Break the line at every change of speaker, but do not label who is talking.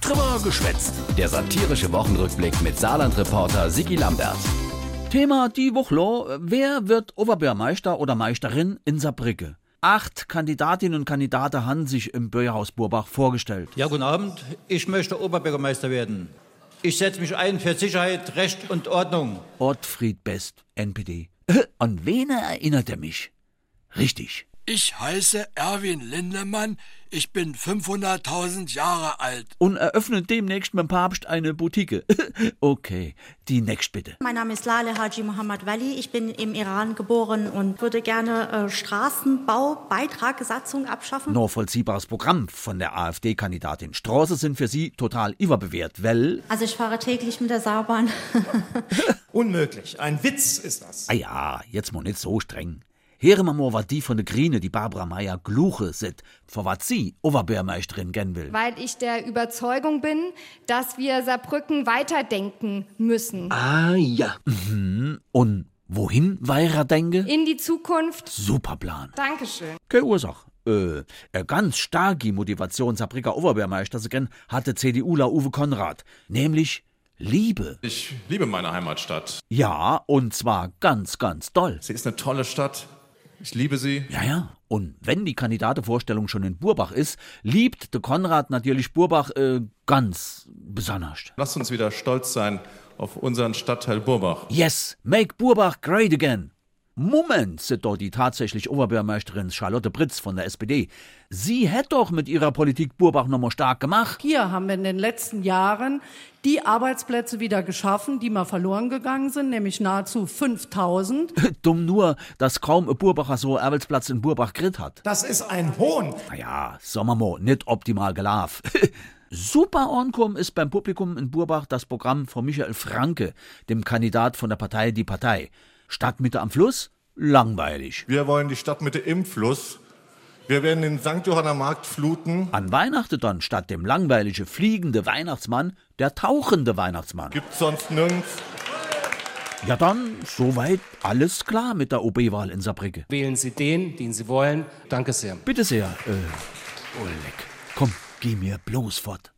Trimmer geschwätzt. Der satirische Wochenrückblick mit Saarland-Reporter Sigi Lambert.
Thema die Woche, wer wird Oberbürgermeister oder Meisterin in Saarbrücke? Acht Kandidatinnen und Kandidaten haben sich im Bürgerhaus Burbach vorgestellt.
Ja, guten Abend. Ich möchte Oberbürgermeister werden. Ich setze mich ein für Sicherheit, Recht und Ordnung.
Ottfried Best, NPD. Äh, An wen erinnert er mich? Richtig.
Ich heiße Erwin Lindemann, ich bin 500.000 Jahre alt.
Und eröffnet demnächst mit dem Papst eine Boutique. okay, die nächste bitte.
Mein Name ist Lale Haji Mohammad Wali. Ich bin im Iran geboren und würde gerne äh, Straßenbau, Beitrag, Satzung abschaffen.
Nur vollziehbares Programm von der AfD-Kandidatin. Straßen sind für sie total überbewährt, weil...
Also ich fahre täglich mit der Saarbahn.
Unmöglich. Ein Witz ist das.
Ah ja, jetzt mal nicht so streng. Heremamor war die von de Grine, die Barbara Meyer Gluche sit, vor wat sie Oberbürgermeisterin gen will.
Weil ich der Überzeugung bin, dass wir Saarbrücken weiterdenken müssen.
Ah ja. Mhm. Und wohin Weira denke?
In die Zukunft.
Super Plan.
Dankeschön.
Keine Ursache. Äh, äh, ganz stark die Motivation Saarbrücker Oberbürgermeister zu gen hatte CDUler Uwe Konrad, nämlich Liebe.
Ich liebe meine Heimatstadt.
Ja, und zwar ganz, ganz doll.
Sie ist eine tolle Stadt, ich liebe sie.
Ja, ja. Und wenn die Kandidatevorstellung schon in Burbach ist, liebt de Konrad natürlich Burbach äh, ganz besonders.
Lasst uns wieder stolz sein auf unseren Stadtteil Burbach.
Yes, make Burbach great again. Moment, sind doch die tatsächlich Oberbürgermeisterin Charlotte Britz von der SPD. Sie hätte doch mit ihrer Politik Burbach nochmal stark gemacht.
Hier haben wir in den letzten Jahren die Arbeitsplätze wieder geschaffen, die mal verloren gegangen sind, nämlich nahezu 5000.
Dumm nur, dass kaum ein Burbacher so Arbeitsplatz in Burbach grit hat.
Das ist ein Hohn.
Naja, Sommermo, nicht optimal gelaufen. Super Ankommen ist beim Publikum in Burbach das Programm von Michael Franke, dem Kandidat von der Partei Die Partei. Stadtmitte am Fluss? Langweilig.
Wir wollen die Stadtmitte im Fluss. Wir werden den St. Johanner Markt fluten.
An Weihnachten dann statt dem langweilige fliegende Weihnachtsmann der tauchende Weihnachtsmann.
Gibt's sonst nirgends.
Ja dann, soweit alles klar mit der OB-Wahl in Saarbrücke.
Wählen Sie den, den Sie wollen. Danke sehr.
Bitte sehr. Äh, Oleg, komm, geh mir bloß fort.